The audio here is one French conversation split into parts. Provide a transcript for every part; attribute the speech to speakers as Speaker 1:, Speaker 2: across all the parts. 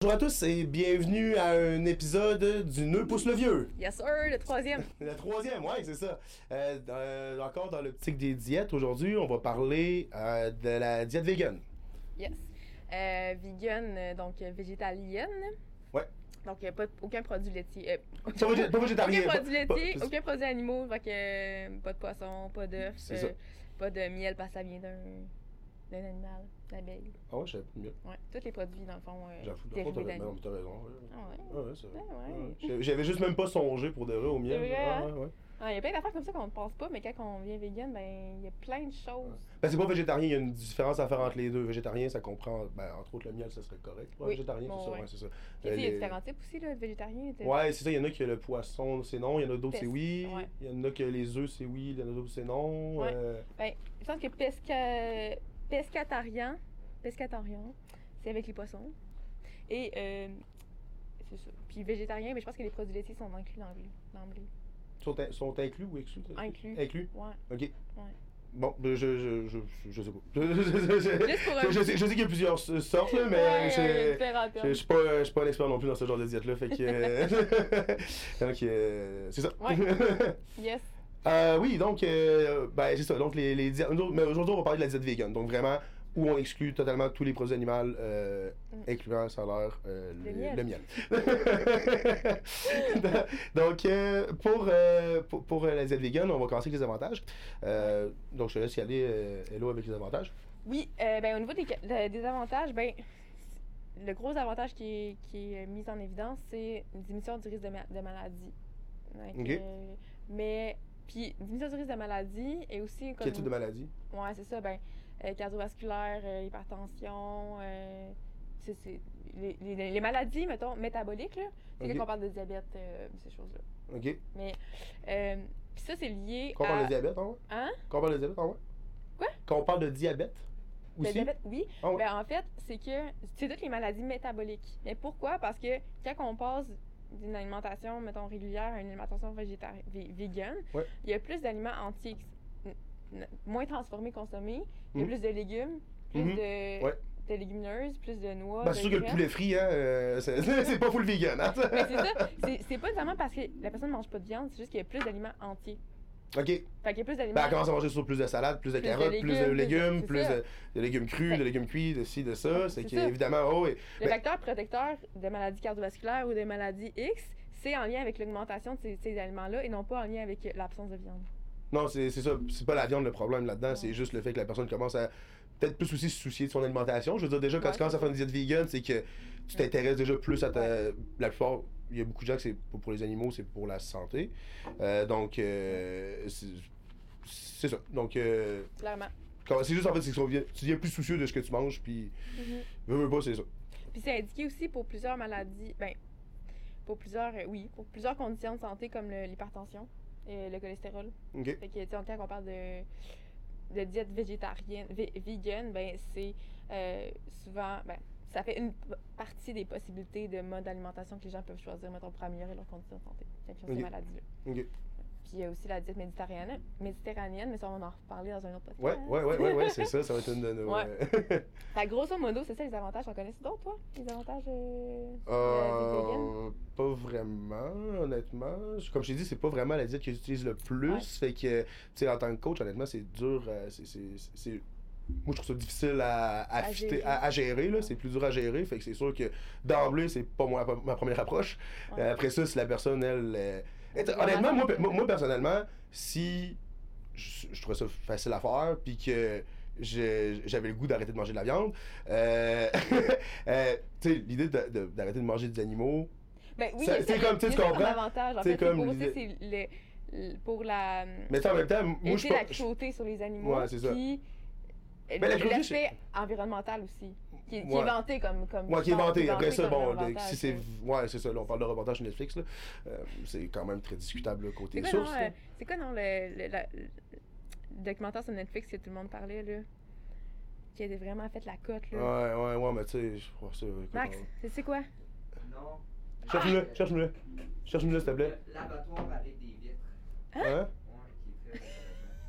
Speaker 1: Bonjour à tous et bienvenue à un épisode du Nœud pousse le vieux.
Speaker 2: Yes sir, le troisième.
Speaker 1: Le troisième, ouais, c'est ça. Euh, euh, encore dans l'optique des diètes, aujourd'hui, on va parler euh, de la diète vegan.
Speaker 2: Yes. Euh, vegan, euh, donc euh, végétalienne.
Speaker 1: Ouais.
Speaker 2: Donc, euh, pas, aucun produit laitier. euh,
Speaker 1: Pas végé- pas végétarien,
Speaker 2: aucun
Speaker 1: pas-
Speaker 2: produit
Speaker 1: pas-
Speaker 2: laitier,
Speaker 1: pas-
Speaker 2: aucun produit animaux. Fait que, euh, pas de poisson, pas d'œufs,
Speaker 1: C'est ça.
Speaker 2: euh, pas de miel parce que ça vient d'un d'un animal, d'abeille.
Speaker 1: Ah ouais, je savais mieux.
Speaker 2: Ouais. Tous les produits, dans le fond, euh,
Speaker 1: J'en fous de la
Speaker 2: dérivés
Speaker 1: faute, t'as
Speaker 2: d'animaux.
Speaker 1: raison. t'as raison, ouais.
Speaker 2: Ah ouais.
Speaker 1: Ouais, ouais, c'est vrai.
Speaker 2: Ah
Speaker 1: Ouais,
Speaker 2: ouais.
Speaker 1: ouais. J'avais juste même pas songé pour de vrai au miel.
Speaker 2: vrai,
Speaker 1: Ah,
Speaker 2: hein?
Speaker 1: ouais, ouais.
Speaker 2: Ah, Il y a plein d'affaires comme ça qu'on ne pense pas, mais quand on vient vegan, ben il y a plein de choses.
Speaker 1: Ben, c'est pas végétarien, il y a une différence à faire entre les deux. Végétarien, ça comprend, ben, entre autres, le miel, ça serait correct. Ouais,
Speaker 2: Oui.
Speaker 1: Végétarien,
Speaker 2: Bon,
Speaker 1: c'est ça,
Speaker 2: ouais.
Speaker 1: ouais, c'est ça.
Speaker 2: Puis,
Speaker 1: Euh,
Speaker 2: tu sais, il y a
Speaker 1: les-
Speaker 2: différents types aussi, là, de végétariens. t'as-
Speaker 1: Ouais, c'est ça. Il y en a qui le poisson, c'est non. Il y en a d'autres, c'est
Speaker 2: Pes-
Speaker 1: oui.
Speaker 2: ouais.
Speaker 1: Il y en a que les œufs, c'est oui. Il y en a d'autres, c'est non.
Speaker 2: Ouais.
Speaker 1: euh,
Speaker 2: Je pense que pesca... pescatarian, pescatarian, c'est avec les poissons. Et euh, c'est ça. Puis végétarien, mais je pense que les produits laitiers sont inclus dans le- dans le blé.
Speaker 1: sont, in- sont inclus ou exclus ça?
Speaker 2: Inclus.
Speaker 1: Inclus.
Speaker 2: Ouais.
Speaker 1: OK. Bon, ben, je, je, je, je sais pas. Je, je- je- je-
Speaker 2: Juste pour un
Speaker 1: je- je sais, je sais qu'il y a plusieurs s- sortes, là, mais
Speaker 2: Ouais,
Speaker 1: je-
Speaker 2: euh, différents
Speaker 1: je, je
Speaker 2: termes.
Speaker 1: suis pas, je suis pas un expert non plus dans ce genre de diète-là. Fait que. donc, euh, c'est ça.
Speaker 2: Ouais. Yes.
Speaker 1: Euh, oui, donc, euh, ben, c'est ça. Donc, les, les diètes- nous autres- Mais aujourd'hui, on va parler de la diète vegan. Donc, vraiment, où on exclut totalement tous les produits animaux, euh,
Speaker 2: Mm.
Speaker 1: incluant, ça a l'air, euh,
Speaker 2: Le miel.
Speaker 1: miel. donc, euh, pour, euh, pour, pour, euh, la diète vegan, on va commencer avec les avantages. Euh, donc, je te laisse y aller, euh, Hello, avec les avantages.
Speaker 2: Oui, euh, ben, au niveau des, ca- de- des avantages, ben, le gros avantage qui est, qui est euh, mis en évidence, c'est une diminution du risque de, ma- de maladie. Donc,
Speaker 1: Ok.
Speaker 2: euh, mais, puis, diminution du risque de maladie et aussi.
Speaker 1: Quel type
Speaker 2: comme-
Speaker 1: de maladie
Speaker 2: Ouais, c'est ça. Ben, euh, cardiovasculaire, euh, hypertension, euh, c'est, c'est- les, les- les maladies, mettons, métaboliques, là. C'est
Speaker 1: Ok.
Speaker 2: quand on parle de diabète, euh, ces choses-là.
Speaker 1: OK.
Speaker 2: Euh, Puis ça, c'est lié
Speaker 1: Quand on parle
Speaker 2: à...
Speaker 1: de diabète, en vrai
Speaker 2: Hein?
Speaker 1: Quand on parle de diabète, en vrai
Speaker 2: Quoi?
Speaker 1: Quand on parle de diabète
Speaker 2: Le
Speaker 1: aussi.
Speaker 2: diabète, oui.
Speaker 1: Ah ouais.
Speaker 2: Ben, en fait, c'est que c'est toutes les maladies métaboliques. Mais pourquoi? Parce que quand on passe d'une alimentation, mettons, régulière à une alimentation végétarienne, vegan,
Speaker 1: Ouais.
Speaker 2: il y a plus d'aliments anti moins transformés, consommés, il y a
Speaker 1: Mhm.
Speaker 2: plus de légumes, plus
Speaker 1: Mhm.
Speaker 2: de,
Speaker 1: Ouais.
Speaker 2: de légumineuses, plus de noix.
Speaker 1: Ben,
Speaker 2: de
Speaker 1: c'est sûr que le
Speaker 2: graines.
Speaker 1: poulet frit, hein, euh, c'est c'est pas full vegan. Hein?
Speaker 2: Mais c'est ça. C'est- C'est pas nécessairement parce que la personne ne mange pas de viande, c'est juste qu'il y a plus d'aliments entiers.
Speaker 1: OK.
Speaker 2: Fait qu'il y a plus d'aliments.
Speaker 1: Ben, elle commence à manger sur plus de salades, plus de
Speaker 2: Plus de
Speaker 1: carottes, plus de légumes,
Speaker 2: c'est
Speaker 1: plus
Speaker 2: ça.
Speaker 1: de, de légumes crus,
Speaker 2: Fait-
Speaker 1: de légumes cuits, de ci, de ça. C'est
Speaker 2: C'est
Speaker 1: que,
Speaker 2: ça.
Speaker 1: évidemment, oh, et-
Speaker 2: le
Speaker 1: ben-
Speaker 2: facteur protecteur de maladies cardiovasculaires ou de maladies X, c'est en lien avec l'augmentation de ces, ces aliments-là et non pas en lien avec euh, l'absence de viande.
Speaker 1: non, c'est c'est ça. C'est pas la viande le problème là-dedans,
Speaker 2: Ouais.
Speaker 1: c'est juste le fait que la personne commence à peut-être plus aussi se soucier de son alimentation. Je veux dire, déjà, quand
Speaker 2: Ouais,
Speaker 1: tu commences à
Speaker 2: c'est
Speaker 1: faire une diète vegan, c'est que tu t'intéresses déjà plus à ta. La plupart, il y a beaucoup de gens que c'est pas pour les animaux, c'est pour la santé. Euh, donc, euh, c'est c'est ça. Donc, euh,
Speaker 2: Clairement.
Speaker 1: quand- c'est juste en fait, c'est que tu deviens- tu deviens plus soucieux de ce que tu manges, puis veux, veux pas, c'est ça.
Speaker 2: Puis c'est indiqué aussi pour plusieurs maladies, ben, pour plusieurs, euh, oui, pour plusieurs conditions de santé comme le- l'hypertension et le cholestérol.
Speaker 1: OK.
Speaker 2: Fait que, tu sais, on- quand on parle de, de diète végétarienne, vé- vegan, ben, c'est euh, souvent, ben, ça fait une p- partie des possibilités de mode d'alimentation que les gens peuvent choisir, mettons, pour améliorer leurs conditions de santé, quand ils ont
Speaker 1: Ok.
Speaker 2: ces maladies-là.
Speaker 1: Ok.
Speaker 2: Puis il y a aussi la diète méditerranéenne, méditerranéenne, mais ça, on va en reparler dans un autre podcast.
Speaker 1: Ouais, ouais, ouais, ouais, ouais, c'est ça, ça va être une de nos.
Speaker 2: Ouais.
Speaker 1: euh,
Speaker 2: Fait que grosso modo, c'est ça les avantages. T'en connais d'autres, toi? Les avantages euh, de la diète vegan?
Speaker 1: Euh, pas vraiment, honnêtement. Je- Comme je t'ai dit, c'est pas vraiment la diète que j'utilise le plus.
Speaker 2: Ouais.
Speaker 1: Fait que, tu sais, en tant que coach, honnêtement, c'est dur. euh, c'est- c'est- c'est- c'est- Moi, je trouve ça difficile à, à,
Speaker 2: À
Speaker 1: fitter-
Speaker 2: gérer.
Speaker 1: à- à gérer. là.
Speaker 2: Ouais.
Speaker 1: C'est plus dur à gérer. Fait que c'est sûr que d'emblée, c'est pas moi, ma première approche.
Speaker 2: Ouais.
Speaker 1: Euh, Après ça, si la personne, elle. euh,
Speaker 2: Elle
Speaker 1: t'sais,
Speaker 2: est
Speaker 1: Honnêtement, moi,
Speaker 2: vraiment-
Speaker 1: pe- moi, moi, personnellement, si je, je trouvais ça facile à faire, puis que je- j'avais le goût d'arrêter de manger de la viande, euh, euh, tu sais, l'idée de- de- d'arrêter de, manger des animaux,
Speaker 2: Ben oui,
Speaker 1: Ça-
Speaker 2: il y a
Speaker 1: c'est
Speaker 2: ça-
Speaker 1: comme- tu sais,
Speaker 2: il y
Speaker 1: tu
Speaker 2: a ça comme
Speaker 1: comprends?
Speaker 2: avantage, en
Speaker 1: C'est
Speaker 2: fait. C'est
Speaker 1: comme
Speaker 2: pour aussi,
Speaker 1: l'idée-
Speaker 2: c'est le- le- pour la...
Speaker 1: mais t'sais, en même temps, moi, je
Speaker 2: éviter
Speaker 1: suis pas-
Speaker 2: la cruauté sur les animaux.
Speaker 1: Ouais, c'est ça.
Speaker 2: Puis, euh,
Speaker 1: Ben, la cruauté,
Speaker 2: l'aspect environnemental aussi, qui, qui
Speaker 1: Ouais.
Speaker 2: est vanté comme... comme
Speaker 1: Moi qui ai
Speaker 2: je pense,
Speaker 1: vanté, après ça,
Speaker 2: comme
Speaker 1: bon,
Speaker 2: un
Speaker 1: de-
Speaker 2: avantage,
Speaker 1: si c'est.
Speaker 2: ouais.
Speaker 1: Ouais, c'est ça, là, on parle de reportage sur Netflix, là. Euh, c'est quand même très discutable, le côté
Speaker 2: C'est quoi,
Speaker 1: source.
Speaker 2: non,
Speaker 1: là.
Speaker 2: euh, c'est quoi, non, le, le- la- le documentaire sur Netflix que tout le monde parlait, là? Qui avait vraiment fait la cote, là.
Speaker 1: Ouais, ouais, ouais, mais tu sais, je crois ça. écoute,
Speaker 2: Max, c'est- c'est quoi?
Speaker 3: Non.
Speaker 1: on- Cherche-moi, cherche-moi, cherche-moi, s'il te plaît.
Speaker 3: L'abattoir avec des vitres.
Speaker 1: Hein?
Speaker 3: Ouais, qui est très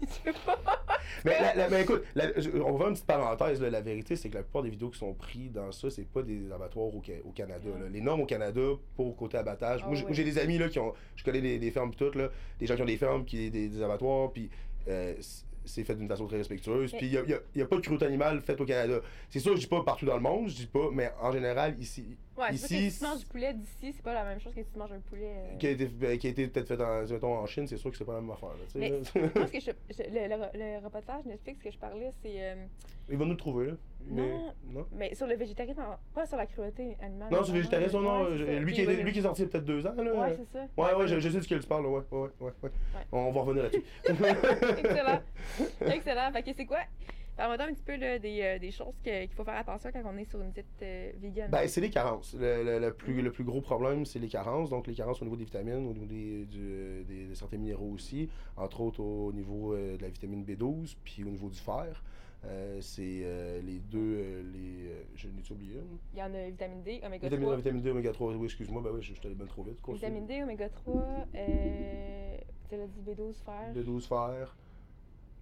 Speaker 3: intéressant.
Speaker 2: tu veux pas.
Speaker 1: Mais, la- la- mais écoute, la- je- on va faire une petite parenthèse. là. La vérité, c'est que la plupart des vidéos qui sont prises dans ça, c'est pas des abattoirs au, Ca- au Canada. là. Les normes au Canada pour côté abattage.
Speaker 2: Ah
Speaker 1: Moi, j'-
Speaker 2: ouais.
Speaker 1: j'ai des amis là, qui ont. Je connais des, des fermes pis tout, là, des gens qui ont des fermes, qui, des, des abattoirs, puis euh, c- c'est fait d'une façon très respectueuse.
Speaker 2: Mais-
Speaker 1: Puis il n'y a, y a- y a pas de cruauté animale faite au Canada. C'est sûr, je dis pas partout dans le monde, je dis pas, mais en général, ici,
Speaker 2: Ouais, c'est parce que
Speaker 1: Ici,
Speaker 2: si tu manges du poulet d'ici, c'est pas la même chose que si tu manges un poulet. euh,
Speaker 1: qui a été, ben, qui a été peut-être faite en, mettons, en Chine, c'est sûr que c'est pas la même affaire. là, tu sais, là.
Speaker 2: Moi, ce que je, je- le, le- le reportage Netflix que je parlais, c'est. euh,
Speaker 1: Ils vont nous le trouver, là. Mais-
Speaker 2: Non.
Speaker 1: non?
Speaker 2: mais sur le végétarisme, en- pas sur la cruauté animale.
Speaker 1: Non, c'est végétarien, son nom. euh,
Speaker 2: Ouais, c'est ça.
Speaker 1: Lui qui
Speaker 2: Puis,
Speaker 1: est
Speaker 2: ouais,
Speaker 1: lui qui est sorti il y a peut-être deux ans, là.
Speaker 2: Ouais, c'est ça.
Speaker 1: Ouais, ouais, je, je sais de quel tu parles, ouais, ouais, ouais, ouais. On va revenir là-dessus.
Speaker 2: Excellent. Excellent. Fait que c'est quoi? Parle-moi un petit peu là, des, euh, des choses que- qu'il faut faire attention quand on est sur une diète euh, vegan.
Speaker 1: Ben, c'est les carences. Le, le- le plus, le plus gros problème, c'est les carences. Donc, les carences au niveau des vitamines, au niveau des, du- des- de certains minéraux aussi, entre autres au niveau euh, de la vitamine B12, puis au niveau du fer. Euh, c'est euh, les deux, euh, les... euh, je n'ai-tu oublié? une?
Speaker 2: Il y en a vitamine D, oméga
Speaker 1: Vitamine,
Speaker 2: 3.
Speaker 1: A, vitamine D, oméga 3, oui, excuse-moi, ben oui, je, je t'allais bien trop vite. Continue.
Speaker 2: Vitamine D, oméga 3, euh, tu l'as dit B12, fer.
Speaker 1: B12, fer,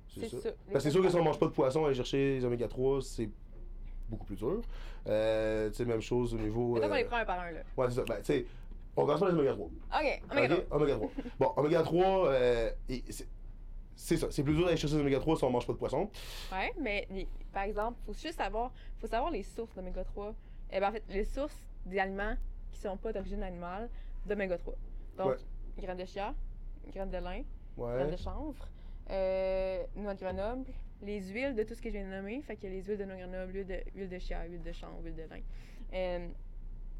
Speaker 1: c'est ça.
Speaker 2: les
Speaker 1: Parce que c'est sûr que si on
Speaker 2: quatre-
Speaker 1: mange pas de poisson, aller chercher les oméga 3, c'est beaucoup plus dur. Euh, tu sais, même chose au niveau.
Speaker 2: Mettons qu'on
Speaker 1: euh,
Speaker 2: les prend un par un, là.
Speaker 1: Ouais, c'est ça. Ben, tu sais, on commence par les oméga 3.
Speaker 2: OK, oméga 3.
Speaker 1: Oméga 3. Bon, oméga 3, euh, et c'est- c'est ça. C'est plus dur d'aller chercher les oméga 3 si on mange pas de poisson.
Speaker 2: Ouais, mais les- par exemple, faut juste savoir, faut savoir les sources d'oméga 3. Eh ben, en fait, les sources des aliments qui sont pas d'origine animale d'oméga 3. Donc, graines de chia, graines de lin, graines
Speaker 1: Ouais.
Speaker 2: de chanvre, euh, noix de Grenoble, les huiles de tout ce que je viens de nommer, fait que les huiles de noix de Grenoble, huile de, huile de chia, huile de chanvre, huile de lin. Euh,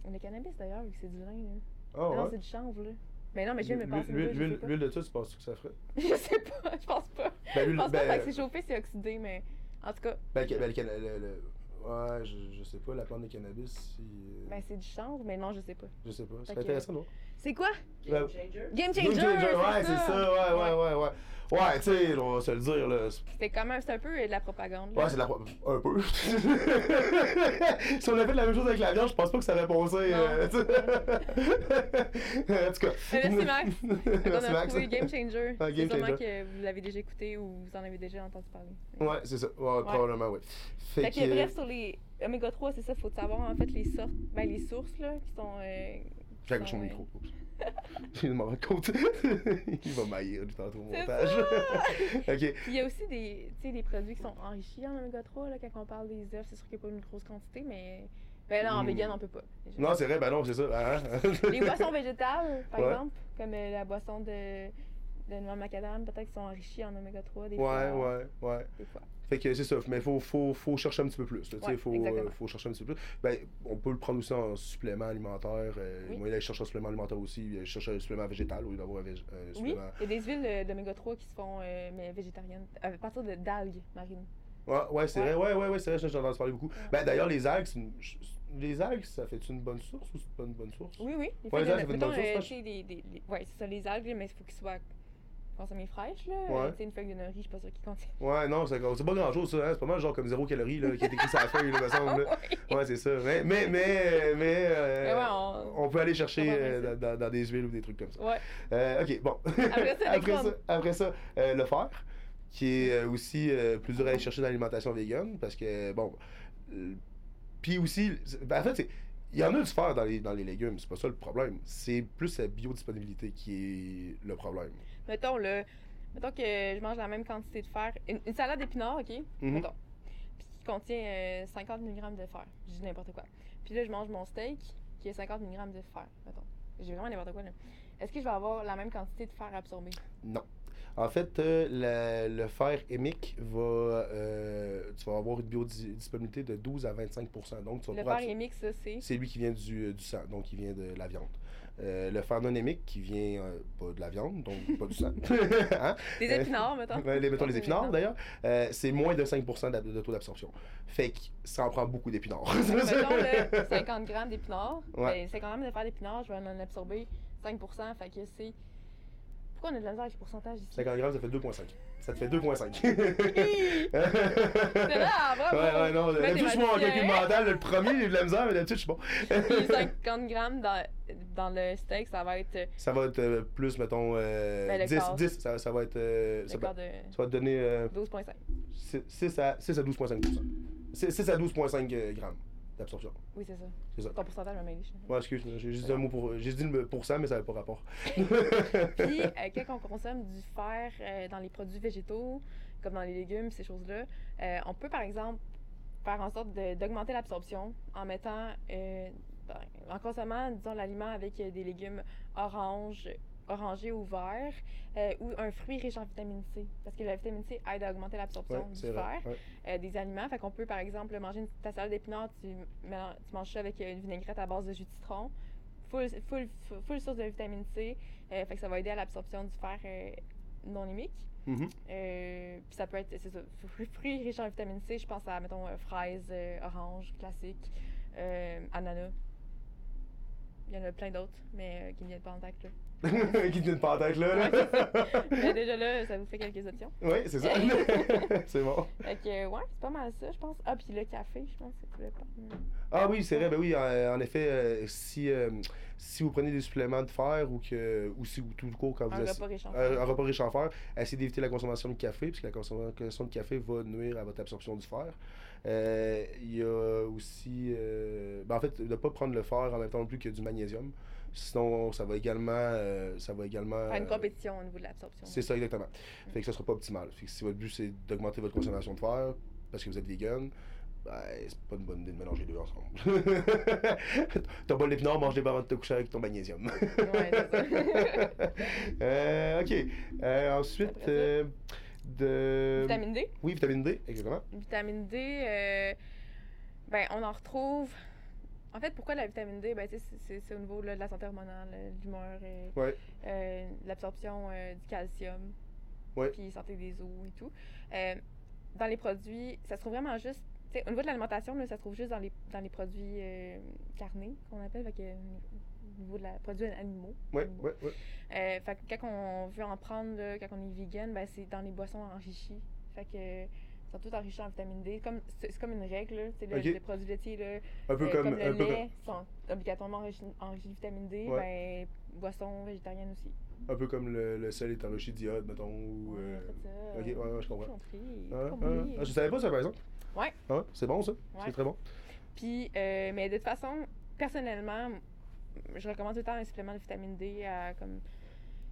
Speaker 2: le cannabis d'ailleurs, vu que c'est du lin là.
Speaker 1: Ah,
Speaker 2: Ah Non,
Speaker 1: ouais.
Speaker 2: c'est du chanvre là. Mais non, mais je viens de me
Speaker 1: L'huile
Speaker 2: passer.
Speaker 1: l'huile-
Speaker 2: une
Speaker 1: l'huile- l'huile de ça, tu penses que ça ferait
Speaker 2: Je sais pas, je pense pas.
Speaker 1: Ben,
Speaker 2: Je
Speaker 1: l'huile.
Speaker 2: pense pas, fait que
Speaker 1: Ben,
Speaker 2: c'est chauffé, c'est oxydé, mais en tout cas,
Speaker 1: ben, le ca- ben, le cana- le- le- Ouais, je, je sais pas, la plante de cannabis, si. euh,
Speaker 2: Ben, c'est du chanvre, mais non, je sais pas.
Speaker 1: je sais pas. C'est
Speaker 2: ok.
Speaker 1: intéressant, non?
Speaker 2: C'est quoi?
Speaker 1: Ben,
Speaker 2: Game Changer!
Speaker 1: Game changer, ouais, c'est
Speaker 2: ça.
Speaker 1: ça, ouais, ouais, ouais, ouais. Ouais, tu sais, on va se le dire, là. c'est-
Speaker 2: C'était quand même, c'est un peu euh, de la propagande. là.
Speaker 1: Ouais, c'est de la. pro- Un peu. si on avait fait la même chose avec la viande, je pense pas que ça aurait passé. euh, tu sais. en tout cas.
Speaker 2: Mais merci, Max. Fait qu'on a
Speaker 1: merci, Max.
Speaker 2: trouvé Game Changer.
Speaker 1: Ah,
Speaker 2: c'est
Speaker 1: Game
Speaker 2: sûrement
Speaker 1: Changer.
Speaker 2: que vous l'avez déjà écouté ou vous en avez déjà entendu parler.
Speaker 1: Ouais, c'est ça. Ouais, probablement, ouais. Fait,
Speaker 2: Fait
Speaker 1: que.
Speaker 2: que, bref, sur les Oméga 3, c'est ça, faut savoir en fait les sortes, ben les sources là, qui sont. euh,
Speaker 1: J'ai accroché mon
Speaker 2: Ouais.
Speaker 1: micro. oups. J'ai de m'en rendre compte. Il va m'haïr du tantôt au
Speaker 2: C'est
Speaker 1: montage. ok.
Speaker 2: Puis il y a aussi des, tu sais, des produits qui sont enrichis en Oméga 3, là, quand on parle des œufs, c'est sûr qu'il n'y a pas une grosse quantité, mais. Ben là, en
Speaker 1: Mm.
Speaker 2: vegan, on peut pas. déjà.
Speaker 1: Non, c'est vrai, ben non, c'est ça. hein.
Speaker 2: Les boissons végétales, par
Speaker 1: Ouais.
Speaker 2: exemple, comme euh, la boisson de, de noix de macadam, peut-être qu'ils sont enrichis en oméga 3 des
Speaker 1: ouais,
Speaker 2: fois.
Speaker 1: ouais, ouais.
Speaker 2: Des fois.
Speaker 1: Fait que c'est ça, mais faut, faut, faut chercher un petit peu plus. là, tu sais,
Speaker 2: Ouais,
Speaker 1: faut,
Speaker 2: exactement.
Speaker 1: euh, faut chercher un petit peu plus. Ben, on peut le prendre aussi en supplément alimentaire. euh,
Speaker 2: Oui.
Speaker 1: Moi, là, je cherche un supplément alimentaire aussi. Je cherche un supplément végétal au lieu d'avoir un, vég- un
Speaker 2: Oui,
Speaker 1: supplément.
Speaker 2: il y a des huiles euh, d'oméga 3 qui se font euh, mais végétariennes à partir de d'algues marines.
Speaker 1: Ouais, ouais, c'est
Speaker 2: Ouais.
Speaker 1: vrai, ouais, ouais, ouais, c'est vrai, j'en ai entendu parler beaucoup.
Speaker 2: Ouais.
Speaker 1: Ben, d'ailleurs, les algues, c'est une- je- les algues, ça fait une bonne source ou c'est pas une bonne source?
Speaker 2: Oui, oui. Les
Speaker 1: Ouais, les algues, ça fait une
Speaker 2: mettons,
Speaker 1: bonne sauce,
Speaker 2: euh,
Speaker 1: ça.
Speaker 2: tu sais, des- des- les- ouais, c'est ça, les algues, là, mais il faut qu'ils soient consommés fraîches. Là.
Speaker 1: Ouais.
Speaker 2: Tu sais, une feuille de nori, je suis pas sûre qu'ils contiennent.
Speaker 1: Ouais, non, c'est c'est pas grand chose, ça. hein, C'est pas mal genre comme zéro calorie là, qui est écrit sur la feuille, là, me semble. là. Ouais, c'est ça. Mais, mais, mais, mais, euh,
Speaker 2: Mais ouais, on-
Speaker 1: peut aller chercher
Speaker 2: on va
Speaker 1: euh,
Speaker 2: rincer.
Speaker 1: dans, dans- dans des huiles ou des trucs comme ça.
Speaker 2: Ouais.
Speaker 1: Euh, ok, bon.
Speaker 2: Après ça,
Speaker 1: après
Speaker 2: la
Speaker 1: ça, après ça, euh, le fer, qui est euh, aussi euh, plus dur à aller chercher dans l'alimentation vegan, parce que, bon. euh, Puis aussi, c'est- ben, en fait, c'est- il y en a du fer dans les, dans les légumes, c'est pas ça le problème. C'est plus la biodisponibilité qui est le problème.
Speaker 2: Mettons, là, mettons que je mange la même quantité de fer. Une, une salade d'épinards, OK?
Speaker 1: Mhm.
Speaker 2: Mettons. Puis qui contient euh, 50 mg de fer. Je dis n'importe quoi. Puis là, je mange mon steak qui est 50 mg de fer. Mettons. J'ai vraiment n'importe quoi, là. Est-ce que je vais avoir la même quantité de fer absorbé?
Speaker 1: Non. En fait, euh, la- le fer hémique va. euh, tu vas avoir une biodisponibilité de 12 à 25 Donc, tu vas
Speaker 2: Le
Speaker 1: pouvoir
Speaker 2: fer
Speaker 1: absor-
Speaker 2: hémique, ça, c'est.
Speaker 1: C'est lui qui vient du, euh, du sang, donc il vient de la viande. Euh, le fer non hémique qui vient euh, pas de la viande, donc pas du sang. Hein?
Speaker 2: Des
Speaker 1: Euh,
Speaker 2: épinards, mettons.
Speaker 1: Ouais, les, mettons les
Speaker 2: Des
Speaker 1: épinards d'ailleurs, euh, c'est moins de 5 d'ab- de taux d'absorption. Fait que ça en prend beaucoup d'épinards.
Speaker 2: Mettons, là, 50 grammes d'épinards.
Speaker 1: Ouais.
Speaker 2: Ben, 50 grammes de fer d'épinards, je vais en absorber 5 Fait que c'est Pourquoi on a de la misère avec les pourcentages ici?
Speaker 1: 50 grammes, ça fait 2,5. Ça te fait 2,5.
Speaker 2: Hi! C'est là, ah, bravo!
Speaker 1: Ouais, ouais, non.
Speaker 2: Tu fais tes
Speaker 1: D'habitude, moi, en
Speaker 2: matières.
Speaker 1: calcul mental, le premier, j'ai de la misère, mais d'habitude, je suis bon.
Speaker 2: Puis 50 grammes dans, dans le steak, ça va être euh,
Speaker 1: Ça va être euh, plus, mettons, euh,
Speaker 2: Ben, le
Speaker 1: 10,
Speaker 2: quart.
Speaker 1: 10. Ça, ça va être. euh,
Speaker 2: le
Speaker 1: ça, va,
Speaker 2: quart de
Speaker 1: ça va te donner euh,
Speaker 2: 12,5.
Speaker 1: 6 à, 6 à 12,5 6, à 12,5 euh, grammes d'absorption.
Speaker 2: Oui, c'est ça.
Speaker 1: C'est ça.
Speaker 2: Ton pourcentage m'a mêlé. je sais.
Speaker 1: Ouais, excuse, j'ai juste dit un mot pour. J'ai dit le pourcent, mais ça n'avait pas rapport.
Speaker 2: Puis, euh, quand on consomme du fer euh, dans les produits végétaux, comme dans les légumes, ces choses-là, euh, on peut par exemple faire en sorte de- d'augmenter l'absorption en mettant, euh, ben, en consommant, disons, l'aliment avec euh, des légumes orange, orangés ou verts, euh, ou un fruit riche en vitamine C. Parce que la vitamine C aide à augmenter l'absorption
Speaker 1: Ouais,
Speaker 2: du
Speaker 1: c'est
Speaker 2: fer.
Speaker 1: vrai. ouais.
Speaker 2: euh, des aliments. Fait qu'on peut, par exemple, manger une, ta salade d'épinards, tu, mélan- tu manges ça avec euh, une vinaigrette à base de jus de citron. Full, full, full, full source de vitamine C. Euh, fait que ça va aider à l'absorption du fer euh, non limique.
Speaker 1: Mhm.
Speaker 2: Euh, Puis ça peut être, c'est ça, fru- fruits riches en vitamine C. Je pense à, mettons, euh, fraises, euh, oranges, classiques, euh, ananas. Il y en a plein d'autres, mais euh, qui ne viennent pas en tête, là.
Speaker 1: Mhm. Qui te met une patate là. là.
Speaker 2: Mais déjà là, ça vous fait quelques options.
Speaker 1: Ouais, c'est ça. c'est bon.
Speaker 2: Fait que, euh, ouais, c'est pas mal ça, je pense. Ah, puis le café, je pense que tu voulais pas.
Speaker 1: Ah oui, c'est vrai, ben oui, en, en effet, euh, si, euh, si vous prenez des suppléments de fer ou que ou si ou tout le court quand Ah, vous
Speaker 2: Un
Speaker 1: essa-
Speaker 2: repas riche en fer.
Speaker 1: un, un Euh, repas riche en fer, essayez d'éviter la consommation de café, puisque la consommation de café va nuire à votre absorption du fer. Euh, Il y a aussi, euh, ben en fait, de ne pas prendre le fer en même temps non plus que du magnésium, sinon ça va également, euh, ça va également.
Speaker 2: Faire une
Speaker 1: euh,
Speaker 2: compétition au niveau de l'absorption.
Speaker 1: c'est ça, exactement. Fait que ça sera pas optimal. Fait que si votre but c'est d'augmenter votre consommation de fer parce que vous êtes vegan, ben, c'est pas une bonne idée de mélanger les deux ensemble. T'as bol d'épinards, mange des barres avant de te coucher avec ton magnésium.
Speaker 2: Ouais, c'est ça.
Speaker 1: Euh, ok. Euh, ensuite,
Speaker 2: Après ça.
Speaker 1: euh, de.
Speaker 2: vitamine D.
Speaker 1: Oui, vitamine D, exactement.
Speaker 2: Vitamine D, euh, ben, on en retrouve. En fait, pourquoi la vitamine D? Ben, tu sais, c'est- c'est c'est au niveau là, de la santé hormonale, euh, de l'humeur, et,
Speaker 1: Ouais.
Speaker 2: euh, de l'absorption euh, du calcium,
Speaker 1: Ouais.
Speaker 2: puis santé des os et tout. Euh, dans les produits, ça se trouve vraiment juste. tu sais, au niveau de l'alimentation, là, ça se trouve juste dans les, dans les produits euh, carnés, qu'on appelle, fait que, euh, au niveau de la produits animaux.
Speaker 1: Ouais,
Speaker 2: animaux.
Speaker 1: ouais, ouais.
Speaker 2: Euh, fait que quand on veut en prendre, là, quand on est vegan, ben, c'est dans les boissons enrichies. Fait que euh, ils sont toutes enrichies en vitamine D. Comme, c'est c'est comme une règle, là. C'est le,
Speaker 1: Ok.
Speaker 2: les produits laitiers, là,
Speaker 1: Un peu
Speaker 2: euh,
Speaker 1: comme.
Speaker 2: le
Speaker 1: un peu
Speaker 2: lait, sont obligatoirement enrichis enrichis de vitamine D. Ben, boissons végétariennes aussi.
Speaker 1: comme, un peu comme le, le sel est enrichi d'iode, mettons. Ou,
Speaker 2: Ouais,
Speaker 1: euh,
Speaker 2: faites ça.
Speaker 1: ok, ouais, ouais, je comprends.
Speaker 2: Compris,
Speaker 1: ah, ah,
Speaker 2: compris.
Speaker 1: ah, je savais pas ça par exemple.
Speaker 2: Ouais.
Speaker 1: Ah ouais, c'est bon ça.
Speaker 2: Ouais.
Speaker 1: C'est très bon.
Speaker 2: Puis, euh, mais de toute façon, personnellement, je recommande tout le temps un supplément de vitamine D à comme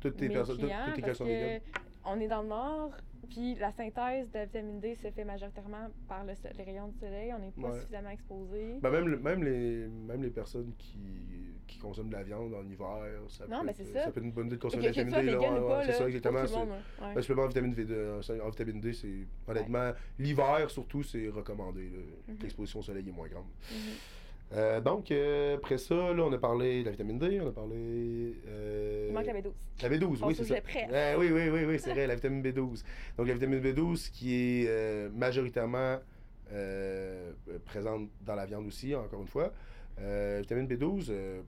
Speaker 1: Toutes tes
Speaker 2: mes
Speaker 1: personnes, toutes
Speaker 2: clients
Speaker 1: toutes tes
Speaker 2: parce
Speaker 1: personnes vegan.
Speaker 2: que On est dans le nord, puis la synthèse de la vitamine D se fait majoritairement par le so- les rayons du soleil. On n'est pas
Speaker 1: Ouais.
Speaker 2: suffisamment exposé.
Speaker 1: Ben, même, le- même, les, même les personnes qui, qui consomment de la viande en hiver, ça,
Speaker 2: Non,
Speaker 1: peut,
Speaker 2: mais
Speaker 1: être,
Speaker 2: c'est ça.
Speaker 1: peut être une bonne idée de
Speaker 2: Et
Speaker 1: consommer
Speaker 2: que,
Speaker 1: de
Speaker 2: que
Speaker 1: la
Speaker 2: tu
Speaker 1: vitamine
Speaker 2: sois
Speaker 1: D. là,
Speaker 2: vegan
Speaker 1: ouais,
Speaker 2: ou
Speaker 1: ouais,
Speaker 2: pas,
Speaker 1: c'est
Speaker 2: là,
Speaker 1: ça, exactement.
Speaker 2: pour tout le
Speaker 1: c'est-
Speaker 2: monde, ouais.
Speaker 1: Ben, supplément en vitamine D, euh, ça- en vitamine D, c'est honnêtement, l'hiver surtout, c'est recommandé. là.
Speaker 2: Mhm.
Speaker 1: L'exposition au soleil est moins grande.
Speaker 2: Mhm.
Speaker 1: Euh, donc, euh, après ça, là, on a parlé de la vitamine D, on a parlé. euh,
Speaker 2: Il manque la B12.
Speaker 1: la B12,
Speaker 2: Ton
Speaker 1: oui, c'est
Speaker 2: sujet
Speaker 1: ça.
Speaker 2: prêt.
Speaker 1: Euh, oui, oui, oui, oui, c'est vrai, la vitamine B12. Donc, la vitamine B12 qui est euh, majoritairement euh, euh, présente dans la viande aussi, encore une fois. Euh, vitamine B12, euh,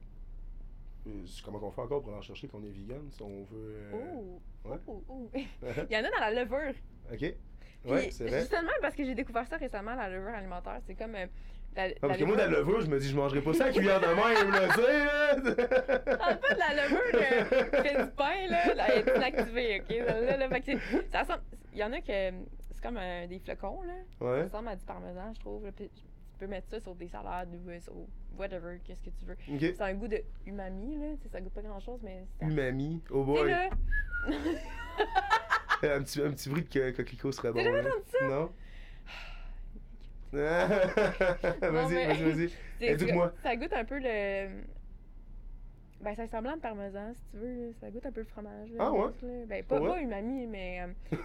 Speaker 1: euh, c'est comment on fait encore pour aller en chercher quand on est vegan, si on veut... euh,
Speaker 2: Oh,
Speaker 1: ouais.
Speaker 2: oh, oh. Il y en a dans la levure.
Speaker 1: OK?
Speaker 2: Puis,
Speaker 1: Oui, c'est vrai.
Speaker 2: Justement, parce que j'ai découvert ça récemment, la levure alimentaire. C'est comme. euh, la,
Speaker 1: Ah, parce que moi, dans le levure, je me dis, je mangerai pas ça à cuillère de même, là, tu sais, là.
Speaker 2: En fait, Ah, la levure euh, fait du pain, là, là, elle est inactivée, OK? Là, là, fait que c'est- ça ressemble- Il y en a que c'est comme euh, des flocons, là. Ça
Speaker 1: Ouais,
Speaker 2: ressemble à du parmesan, je trouve. là, puis tu peux mettre ça sur des salades ou euh, sur whatever, qu'est-ce que tu veux.
Speaker 1: OK.
Speaker 2: C'est un goût de umami, là. tu sais, ça goûte pas grand-chose, mais c'est. Tu
Speaker 1: Umami, oh
Speaker 2: sais,
Speaker 1: boy.
Speaker 2: là,
Speaker 1: Euh, Un petit, un petit bruit de co- coquelicot serait bon.
Speaker 2: T'as jamais Ah,
Speaker 1: là. Non? Ah. vas-y,
Speaker 2: mais-
Speaker 1: vas-y, vas-y.
Speaker 2: c'est-
Speaker 1: Éduque-moi.
Speaker 2: Ça goûte un peu le. Ben, ça ressemble à un parmesan, si tu veux. là. Ça goûte un peu le fromage. là,
Speaker 1: Ah ouais?
Speaker 2: juste, là. Ben, pas,
Speaker 1: Pour vrai?
Speaker 2: pas umami, mais. euh,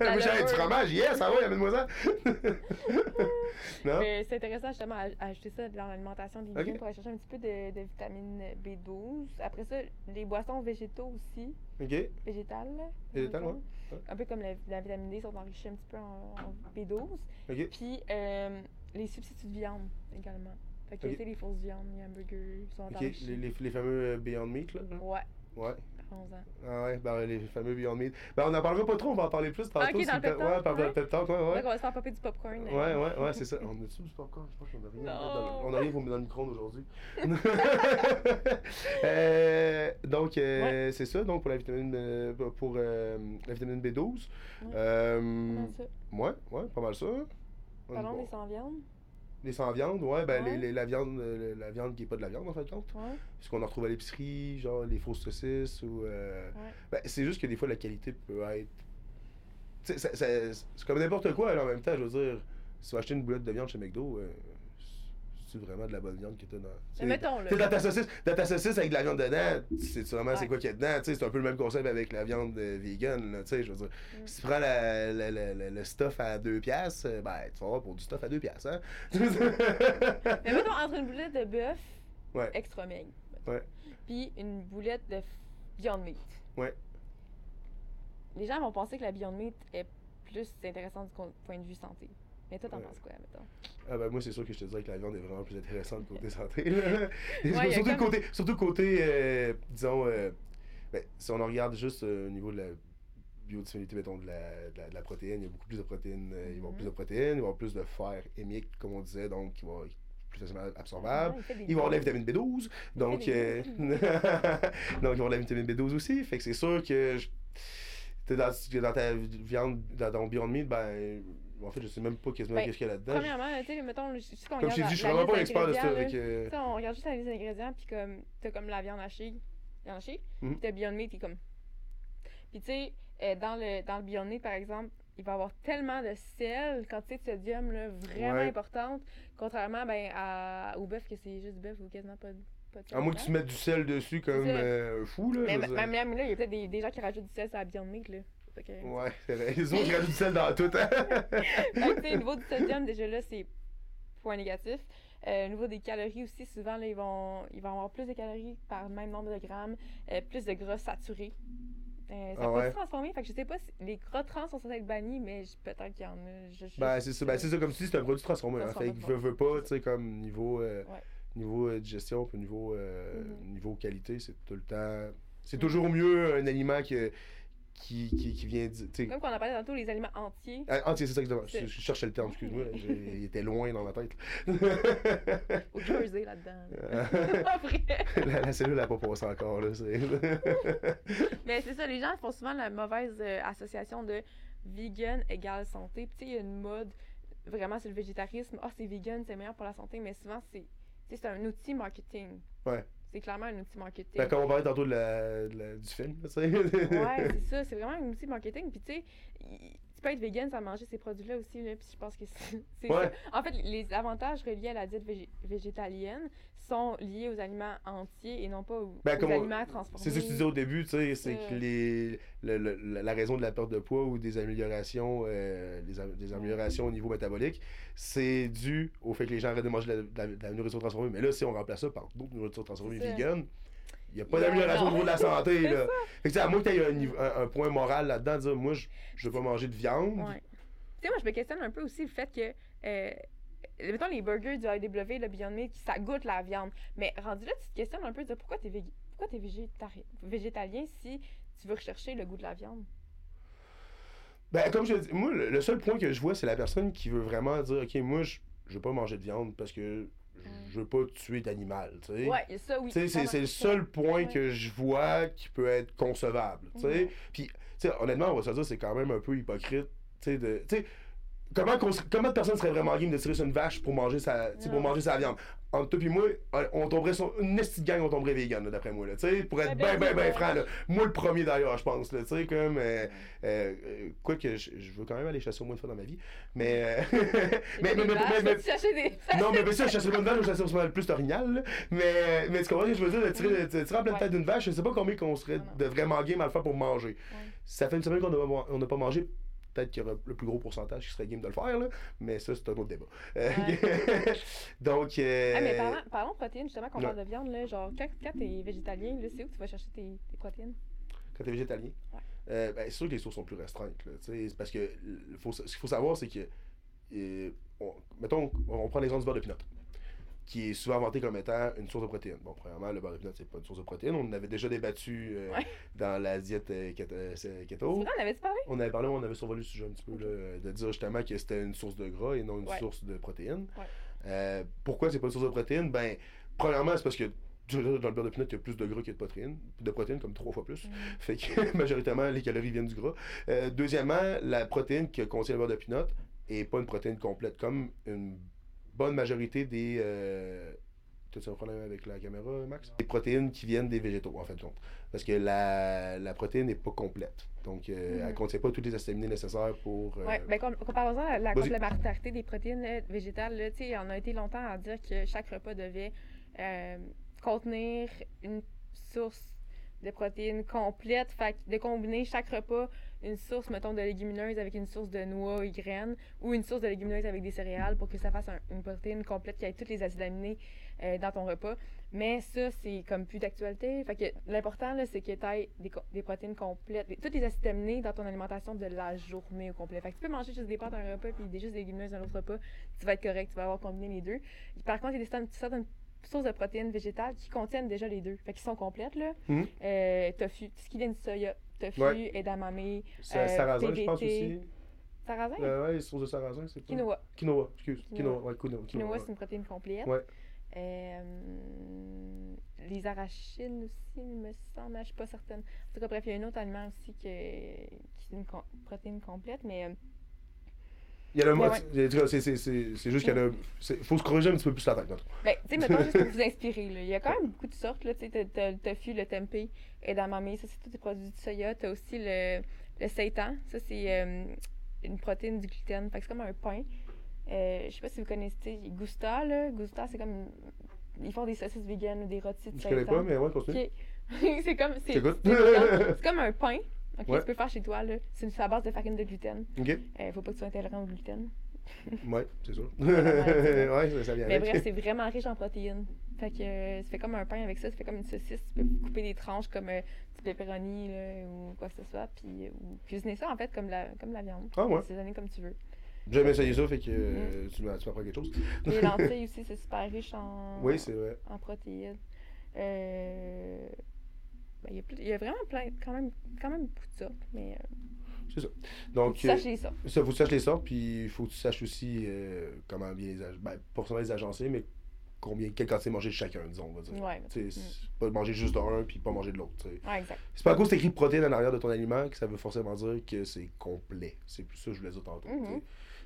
Speaker 1: Moi, j'avais du
Speaker 2: levure.
Speaker 1: fromage, yes, ça va, amène-moi ça. non?
Speaker 2: Mais c'est intéressant justement à, à ajouter ça dans l'alimentation des légumes
Speaker 1: Ah. Ok.
Speaker 2: pour aller chercher un petit peu de, de vitamine B12. Après ça, les boissons végétaux aussi,
Speaker 1: Ok.
Speaker 2: végétales. là,
Speaker 1: Végétales,
Speaker 2: mettons.
Speaker 1: ouais.
Speaker 2: Un peu comme la, la vitamine D, sont enrichis un petit peu en, en B12.
Speaker 1: Ok.
Speaker 2: Puis euh, les substituts de viande également. Fait que
Speaker 1: Ok.
Speaker 2: tu sais, les fausses viandes, les hamburgers, ils sont
Speaker 1: Ok,
Speaker 2: enrichis.
Speaker 1: les, les, les fameux euh, Beyond Meat, là.
Speaker 2: Ouais,
Speaker 1: Ouais.
Speaker 2: 11 ans.
Speaker 1: Ah ouais, ben, les fameux Beyond Meat. Ben, on n'en parlera pas trop, on va en parler plus tantôt.
Speaker 2: Ok, dans
Speaker 1: sur
Speaker 2: le pep
Speaker 1: pe-
Speaker 2: talk,
Speaker 1: ouais, par
Speaker 2: ouais.
Speaker 1: le pep talk, ouais, ouais.
Speaker 2: Donc, on va se faire popper du popcorn. euh.
Speaker 1: Ouais, ouais, ouais, c'est ça. On a-tu du popcorn? Je pense qu'on a rien.
Speaker 2: Non.
Speaker 1: Dans le... On a rien pour mettre dans le micro-ondes aujourd'hui. Euh, donc, euh, c'est ça. Donc, pour la vitamine, euh, pour, euh, la vitamine B12.
Speaker 2: Ouais.
Speaker 1: Euh,
Speaker 2: Comment ça?
Speaker 1: ouais, ouais, pas mal ça. On est
Speaker 2: Parlons
Speaker 1: bon.
Speaker 2: des sans-viande.
Speaker 1: Les sans viande, ouais, ben les-
Speaker 2: Ouais.
Speaker 1: les- la viande, euh, la viande qui est pas de la viande en fait compte.
Speaker 2: Ouais.
Speaker 1: Ce qu'on en retrouve à l'épicerie, genre les fausses saucisses ou. euh,
Speaker 2: Ouais.
Speaker 1: ben, c'est juste que des fois la qualité peut être. Tu sais, ça- ça- c'est comme n'importe quoi là, en même temps, je veux dire, si tu vas acheter une boulette de viande chez McDo, euh, c'est vraiment de la bonne viande que t'as dans.
Speaker 2: Mais
Speaker 1: Tu sais,
Speaker 2: mettons, là.
Speaker 1: tu sais, dans ta saucisse, dans ta saucisse avec de la viande dedans, c'est vraiment c'est
Speaker 2: Ouais.
Speaker 1: quoi qu'il y a dedans, tu sais, c'est un peu le même concept avec la viande euh, vegan, là, tu sais, je veux dire.
Speaker 2: Mm.
Speaker 1: Si tu prends la- la- la- la- le stuff à 2 piastres, euh, ben, tu vas avoir pour du stuff à 2 piastres, hein?
Speaker 2: Mais mettons, entre une boulette de bœuf
Speaker 1: Ouais.
Speaker 2: extra maigre. mettons,
Speaker 1: Ouais.
Speaker 2: Puis une boulette de f- Beyond Meat.
Speaker 1: Ouais.
Speaker 2: Les gens vont penser que la Beyond Meat est plus intéressante du con- point de vue santé. Mais toi, t'en
Speaker 1: Ouais.
Speaker 2: penses quoi, mettons?
Speaker 1: Ah ben moi c'est sûr que je te dirais que la viande est vraiment plus intéressante côté santé. là. Et
Speaker 2: Ouais, y a
Speaker 1: surtout,
Speaker 2: comme-
Speaker 1: côté, surtout côté, euh, disons, euh, ben, si on en regarde juste euh, au niveau de la biodisponibilité, mettons, de la, de la, de la protéine, il y a beaucoup plus de protéines, euh, il va y avoir
Speaker 2: Mhm.
Speaker 1: plus de protéines, il va y avoir plus de fer hémique, comme on disait, donc qui va être plus facilement absorbable.
Speaker 2: Il fait des
Speaker 1: Ils vont avoir de la vitamine B12, donc, euh, donc ils vont avoir de la vitamine B12 aussi. Fait que c'est sûr que je- t'es dans, que dans ta viande, dans ton Beyond Meat, ben, en fait, je sais même pas quasiment
Speaker 2: Ben,
Speaker 1: qu'est-ce qu'il y a là-dedans.
Speaker 2: Premièrement, tu sais, mettons, juste qu'on
Speaker 1: Comme
Speaker 2: regarde
Speaker 1: je t'ai
Speaker 2: la-
Speaker 1: dit, je suis
Speaker 2: la
Speaker 1: vraiment
Speaker 2: liste
Speaker 1: pas un expert de ça.
Speaker 2: d'ingrédients,
Speaker 1: Avec,
Speaker 2: là.
Speaker 1: euh,
Speaker 2: Tu sais, on regarde juste la liste d'ingrédients, puis comme, t'as comme la viande hachée, viande hachée,
Speaker 1: Mhm.
Speaker 2: puis t'as Beyond Meat qui est comme... Puis tu sais, euh, dans, le, dans le Beyond Meat, par exemple, il va avoir tellement de sel, quantité de sodium, là, vraiment
Speaker 1: Ouais.
Speaker 2: importante, contrairement, ben, à, au bœuf, que c'est juste bœuf ou quasiment pas, de- pas de sel.
Speaker 1: à moins que
Speaker 2: dedans.
Speaker 1: tu mettes du sel dessus comme
Speaker 2: C'est ça.
Speaker 1: euh, fou, là. je
Speaker 2: Mais
Speaker 1: veux dire.
Speaker 2: même là, mais là, il y a peut-être des, des gens qui rajoutent du sel à la Beyond Meat, là. Fait que-
Speaker 1: Ouais, c'est vrai. Ils ont rajouté du sel dans tout. hein.
Speaker 2: Fait que, tu sais, au niveau du sodium, déjà là, c'est point négatif. Euh, au niveau des calories aussi, souvent, là, ils, vont, ils vont avoir plus de calories par le même nombre de grammes, euh, plus de gras saturés. Euh, ça
Speaker 1: Ah
Speaker 2: peut
Speaker 1: ouais.
Speaker 2: se transformer. Fait que je sais pas si les gras trans sont censés être bannis, mais je- peut-être qu'il y en a. Je, je-
Speaker 1: ben, c'est ça. Ben, c'est ça. Comme tu dis, c'est un produit transformé. Hein.
Speaker 2: Transformé,
Speaker 1: Fait que veux, veux pas, tu sais, comme niveau, euh,
Speaker 2: Ouais.
Speaker 1: niveau euh, digestion, puis niveau, euh,
Speaker 2: Mhm.
Speaker 1: niveau qualité, c'est tout le temps. C'est
Speaker 2: Mhm.
Speaker 1: toujours mieux un aliment que, qui, qui, qui vient. di- Tu sais.
Speaker 2: Comme qu'on a parlé tantôt, les aliments entiers.
Speaker 1: Ah, ah, tiens, c'est ça que je demande.
Speaker 2: Ah C'est-
Speaker 1: Je, je cherchais le terme, excuse-moi. là. J'ai- Il était loin dans ma tête.
Speaker 2: Au Jersey là-dedans.
Speaker 1: Euh,
Speaker 2: là. Pas vrai.
Speaker 1: la, la cellule n'a pas passé encore, là. c'est-
Speaker 2: Mais c'est ça, les gens font souvent la mauvaise euh, association de vegan égale santé. Puis tu sais, il y a une mode vraiment sur le végétarisme. Ah, c'est vegan, c'est meilleur pour la santé, mais souvent c'est tu sais, c'est un outil marketing.
Speaker 1: Ouais.
Speaker 2: C'est clairement un outil marketing.
Speaker 1: Ben, comme on parlait tantôt de la, de la- du film, là, tu sais.
Speaker 2: ouais, c'est ça, c'est vraiment un outil marketing. Puis tu sais, y- tu peux être vegan sans manger ces produits-là aussi, là, puis je pense que c'est c'est
Speaker 1: Ouais.
Speaker 2: ça. En fait, les avantages reliés à la diète végé- végétalienne sont liés aux aliments entiers et non pas aux,
Speaker 1: Ben,
Speaker 2: aux
Speaker 1: comme on-
Speaker 2: aliments transformés.
Speaker 1: C'est ce que tu disais au début, tu sais, c'est
Speaker 2: Euh.
Speaker 1: que les, le- le- la- la raison de la perte de poids ou des améliorations, euh, des, am- des améliorations au niveau métabolique, c'est dû au fait que les gens arrêtent de manger de la, de la- de la nourriture transformée. Mais là, si on remplace ça par d'autres nourritures transformées
Speaker 2: C'est ça.
Speaker 1: vegan, il n'y a pas
Speaker 2: Yeah,
Speaker 1: d'amélioration au
Speaker 2: non.
Speaker 1: niveau de la santé.
Speaker 2: C'est
Speaker 1: là. Fait que, tu sais, à moins que tu aies un, niveau- un- un point moral là-dedans, de dire, moi, je ne veux pas manger de viande.
Speaker 2: Ouais. Tu sais, moi, je me questionne un peu aussi le fait que. euh, mettons les burgers du IW, le Beyond Meat, qui- ça goûte la viande. Mais rendu là, tu te questionnes un peu de pourquoi t'es vég- pourquoi t'es végétari- végétalien si tu veux rechercher le goût de la viande.
Speaker 1: Ben, comme je dis, moi, le, le seul point que je vois, c'est la personne qui veut vraiment dire, OK, moi, je ne veux pas manger de viande parce que je veux pas tuer d'animal, tu sais.
Speaker 2: Mm. Ouais, il y a ça, oui.
Speaker 1: Tu sais, c'est,
Speaker 2: clairement.
Speaker 1: c'est le seul point
Speaker 2: Ouais. Mm.
Speaker 1: que je vois qui peut être concevable. tu sais.
Speaker 2: Ouais.
Speaker 1: Puis, tu sais, honnêtement, on va se dire, c'est quand même un peu hypocrite. tu sais, de, tu sais, comment, qu'on se- comment de personnes seraient vraiment game de tirer sur une vache pour manger sa, tu sais, pour
Speaker 2: Non.
Speaker 1: manger sa viande? Entre toi et moi, on tomberait sur une petite gang, on tomberait vegan, là, d'après moi. Là, tu sais, pour être
Speaker 2: Ben,
Speaker 1: bien,
Speaker 2: ben,
Speaker 1: bien,
Speaker 2: oui,
Speaker 1: bien
Speaker 2: ouais.
Speaker 1: franc. là. Moi, le premier d'ailleurs, je pense. là, Tu sais, comme. euh,
Speaker 2: Ouais.
Speaker 1: euh, euh, quoi que je, je veux quand même aller chasser au moins une fois dans ma vie. Mais. euh,
Speaker 2: C'est
Speaker 1: mais,
Speaker 2: des
Speaker 1: mais, mais,
Speaker 2: vaches,
Speaker 1: mais, mais-
Speaker 2: tu cherchais des.
Speaker 1: non, mais bien sûr, je chasserais pas une vache, je chasserais sûrement le plus orignal, là. Mais, mais tu comprends ce que je veux dire? De tirer, de tirer en pleine
Speaker 2: Ouais.
Speaker 1: tête d'une vache, je sais pas combien qu'on serait
Speaker 2: Non, non.
Speaker 1: de vraiment game à le faire pour manger.
Speaker 2: Ouais.
Speaker 1: Ça fait une semaine qu'on n'a pas- on n'a pas mangé. Peut-être qu'il y aura le plus gros pourcentage qui serait game de le faire, là. Mais ça, c'est un autre débat. Euh, Donc. euh,
Speaker 2: Ah, mais parlant, parlons de protéines, justement, qu'on
Speaker 1: Ouais.
Speaker 2: parle de viande, là, genre, quand, quand t'es végétalien, là, c'est où que tu vas chercher tes, tes protéines?
Speaker 1: quand t'es végétalien.
Speaker 2: Ouais.
Speaker 1: Euh, ben, c'est sûr que les sources sont plus restreintes. Là, tu sais, c'est parce que le- faut, sa- ce qu'il faut savoir, c'est que. euh, on- mettons, on, on prend l'exemple du beurre de pinot. qui est souvent vanté comme étant une source de protéines. Bon, premièrement, le baril c'est pas une source de protéines. On en avait déjà débattu euh,
Speaker 2: Ouais.
Speaker 1: dans la diète euh, keto- euh,
Speaker 2: C'est
Speaker 1: keto.
Speaker 2: vrai, on avait-tu parlé?
Speaker 1: On avait parlé, on avait survolé le sujet un petit peu, là, de dire justement que c'était une source de gras et non une
Speaker 2: Ouais.
Speaker 1: source de protéines.
Speaker 2: Ouais.
Speaker 1: Euh, pourquoi c'est pas une source de protéines? Ben, premièrement, c'est parce que dans le beurre de pinot, il y a plus de gras que de protéines, de protéines comme trois fois plus.
Speaker 2: Mm.
Speaker 1: Fait que majoritairement, les calories viennent du gras. Euh, deuxièmement, la protéine que contient le beurre de pinot n'est pas une protéine complète, comme une bonne majorité des. euh, T'as-tu un problème avec la caméra, Max? Des protéines qui viennent des végétaux, en fin de compte. Parce que la, la protéine n'est pas complète. Donc, euh, elle
Speaker 2: Mhm.
Speaker 1: ne contient pas toutes les acides nécessaires pour. euh,
Speaker 2: Oui, ben, com- comparaison à la
Speaker 1: vas-y.
Speaker 2: complémentarité des protéines là, végétales, là, tu sais, on a été longtemps à dire que chaque repas devait euh, contenir une source de protéines complète, fait que de combiner chaque repas une source, mettons, de légumineuses avec une source de noix et graines, ou une source de légumineuses avec des céréales pour que ça fasse un- une protéine complète qui ait tous les acides aminés euh, dans ton repas. Mais ça, c'est comme plus d'actualité. Fait que l'important, là, c'est que tu aies des, co- des protéines complètes, des- tous les acides aminés dans ton alimentation de la journée au complet. Fait que tu peux manger juste des pâtes un repas puis des, juste des légumineuses un autre repas. Tu vas être correct, tu vas avoir combiné les deux. Par contre, il y a des certaines, certaines sources de protéines végétales qui contiennent déjà les deux. Fait qu'ils sont complètes, là.
Speaker 1: Mhm.
Speaker 2: Euh, tofu, tout ce qui vient du soya. Tofu,
Speaker 1: Ouais.
Speaker 2: edamame,
Speaker 1: sa-
Speaker 2: euh,
Speaker 1: sarrasin, je
Speaker 2: TVT.
Speaker 1: pense aussi.
Speaker 2: sarrasin,
Speaker 1: Euh, ouais, les sources de sarrasin, c'est pas.
Speaker 2: quinoa.
Speaker 1: Quinoa, excuse.
Speaker 2: Quinoa.
Speaker 1: Quinoa, ouais, quinoa.
Speaker 2: Quinoa,
Speaker 1: ouais.
Speaker 2: c'est une protéine complète.
Speaker 1: Ouais.
Speaker 2: Euh, les arachides aussi, il me semble, hein, je suis pas certaine. En tout cas, bref, il y a un autre aliment aussi que, qui est une com- protéine complète, mais euh,
Speaker 1: Il y a le
Speaker 2: Mais
Speaker 1: mot.
Speaker 2: ouais.
Speaker 1: c'est- c'est- C'est c'est- c'est juste qu'il y a le- c'est- faut se corriger un petit peu plus la tête, notre.
Speaker 2: ben, tu sais, mettons juste pour vous inspirer, là, il y a quand même beaucoup de sortes, là, tu sais, t'as- t'as le tofu, le tempeh, edamame, ça c'est tous des produits du soya, t'as aussi le, le seitan, ça c'est euh, une protéine du gluten, fait que c'est comme un pain. Euh, je sais pas si vous connaissez Gusta, là, Gusta c'est comme, une- ils font des saucisses véganes ou des rôtis de
Speaker 1: Je connais
Speaker 2: seitan.
Speaker 1: pas, mais ouais, continue.
Speaker 2: Ok. c'est comme c'est c'est
Speaker 1: J'écoute.
Speaker 2: comme- c'est comme un pain. Ok,
Speaker 1: Ouais.
Speaker 2: tu peux faire chez toi là. C'est une- c'est à base de farine de gluten.
Speaker 1: Ok.
Speaker 2: Euh, faut pas que tu sois intolérant au gluten.
Speaker 1: Ouais, c'est sûr.
Speaker 2: Ah, ouais.
Speaker 1: ouais, ça, ça vient
Speaker 2: Mais
Speaker 1: avec.
Speaker 2: bref, c'est vraiment riche en protéines. Fait que euh, ça fait comme un pain avec ça, ça fait comme une saucisse, tu peux couper des tranches comme euh, du pepperoni là, ou quoi que ce soit, puis euh, ou cuisiner ça en fait comme la comme la viande.
Speaker 1: Ah ouais,
Speaker 2: Saisonner comme tu veux.
Speaker 1: j'ai jamais essayé ça, fait que euh,
Speaker 2: Mm-hmm.
Speaker 1: tu m'as- tu m'apprends quelque chose.
Speaker 2: Les lentilles aussi, c'est super riche en
Speaker 1: Oui, c'est vrai.
Speaker 2: en protéines. Euh, ben, il y a plus- il y, a vraiment plein, quand même, quand même beaucoup de sortes, mais euh, faut que
Speaker 1: Donc,
Speaker 2: tu saches les sortes.
Speaker 1: euh, ça, faut que tu saches les sortes, puis il faut que tu saches aussi euh, comment bien les agencer. Ben, pas seulement les agencer, mais combien, quelle quantité manger de chacun, disons, on va dire.
Speaker 2: Ouais,
Speaker 1: Tu sais, c'est pas manger juste d'un, puis pas manger de l'autre. tu sais.
Speaker 2: ouais, exact.
Speaker 1: C'est pas à cause que écrit protéines en arrière de ton aliment que ça veut forcément dire que c'est complet. C'est plus ça que je voulais dire tantôt. tu
Speaker 2: Mhm.
Speaker 1: sais.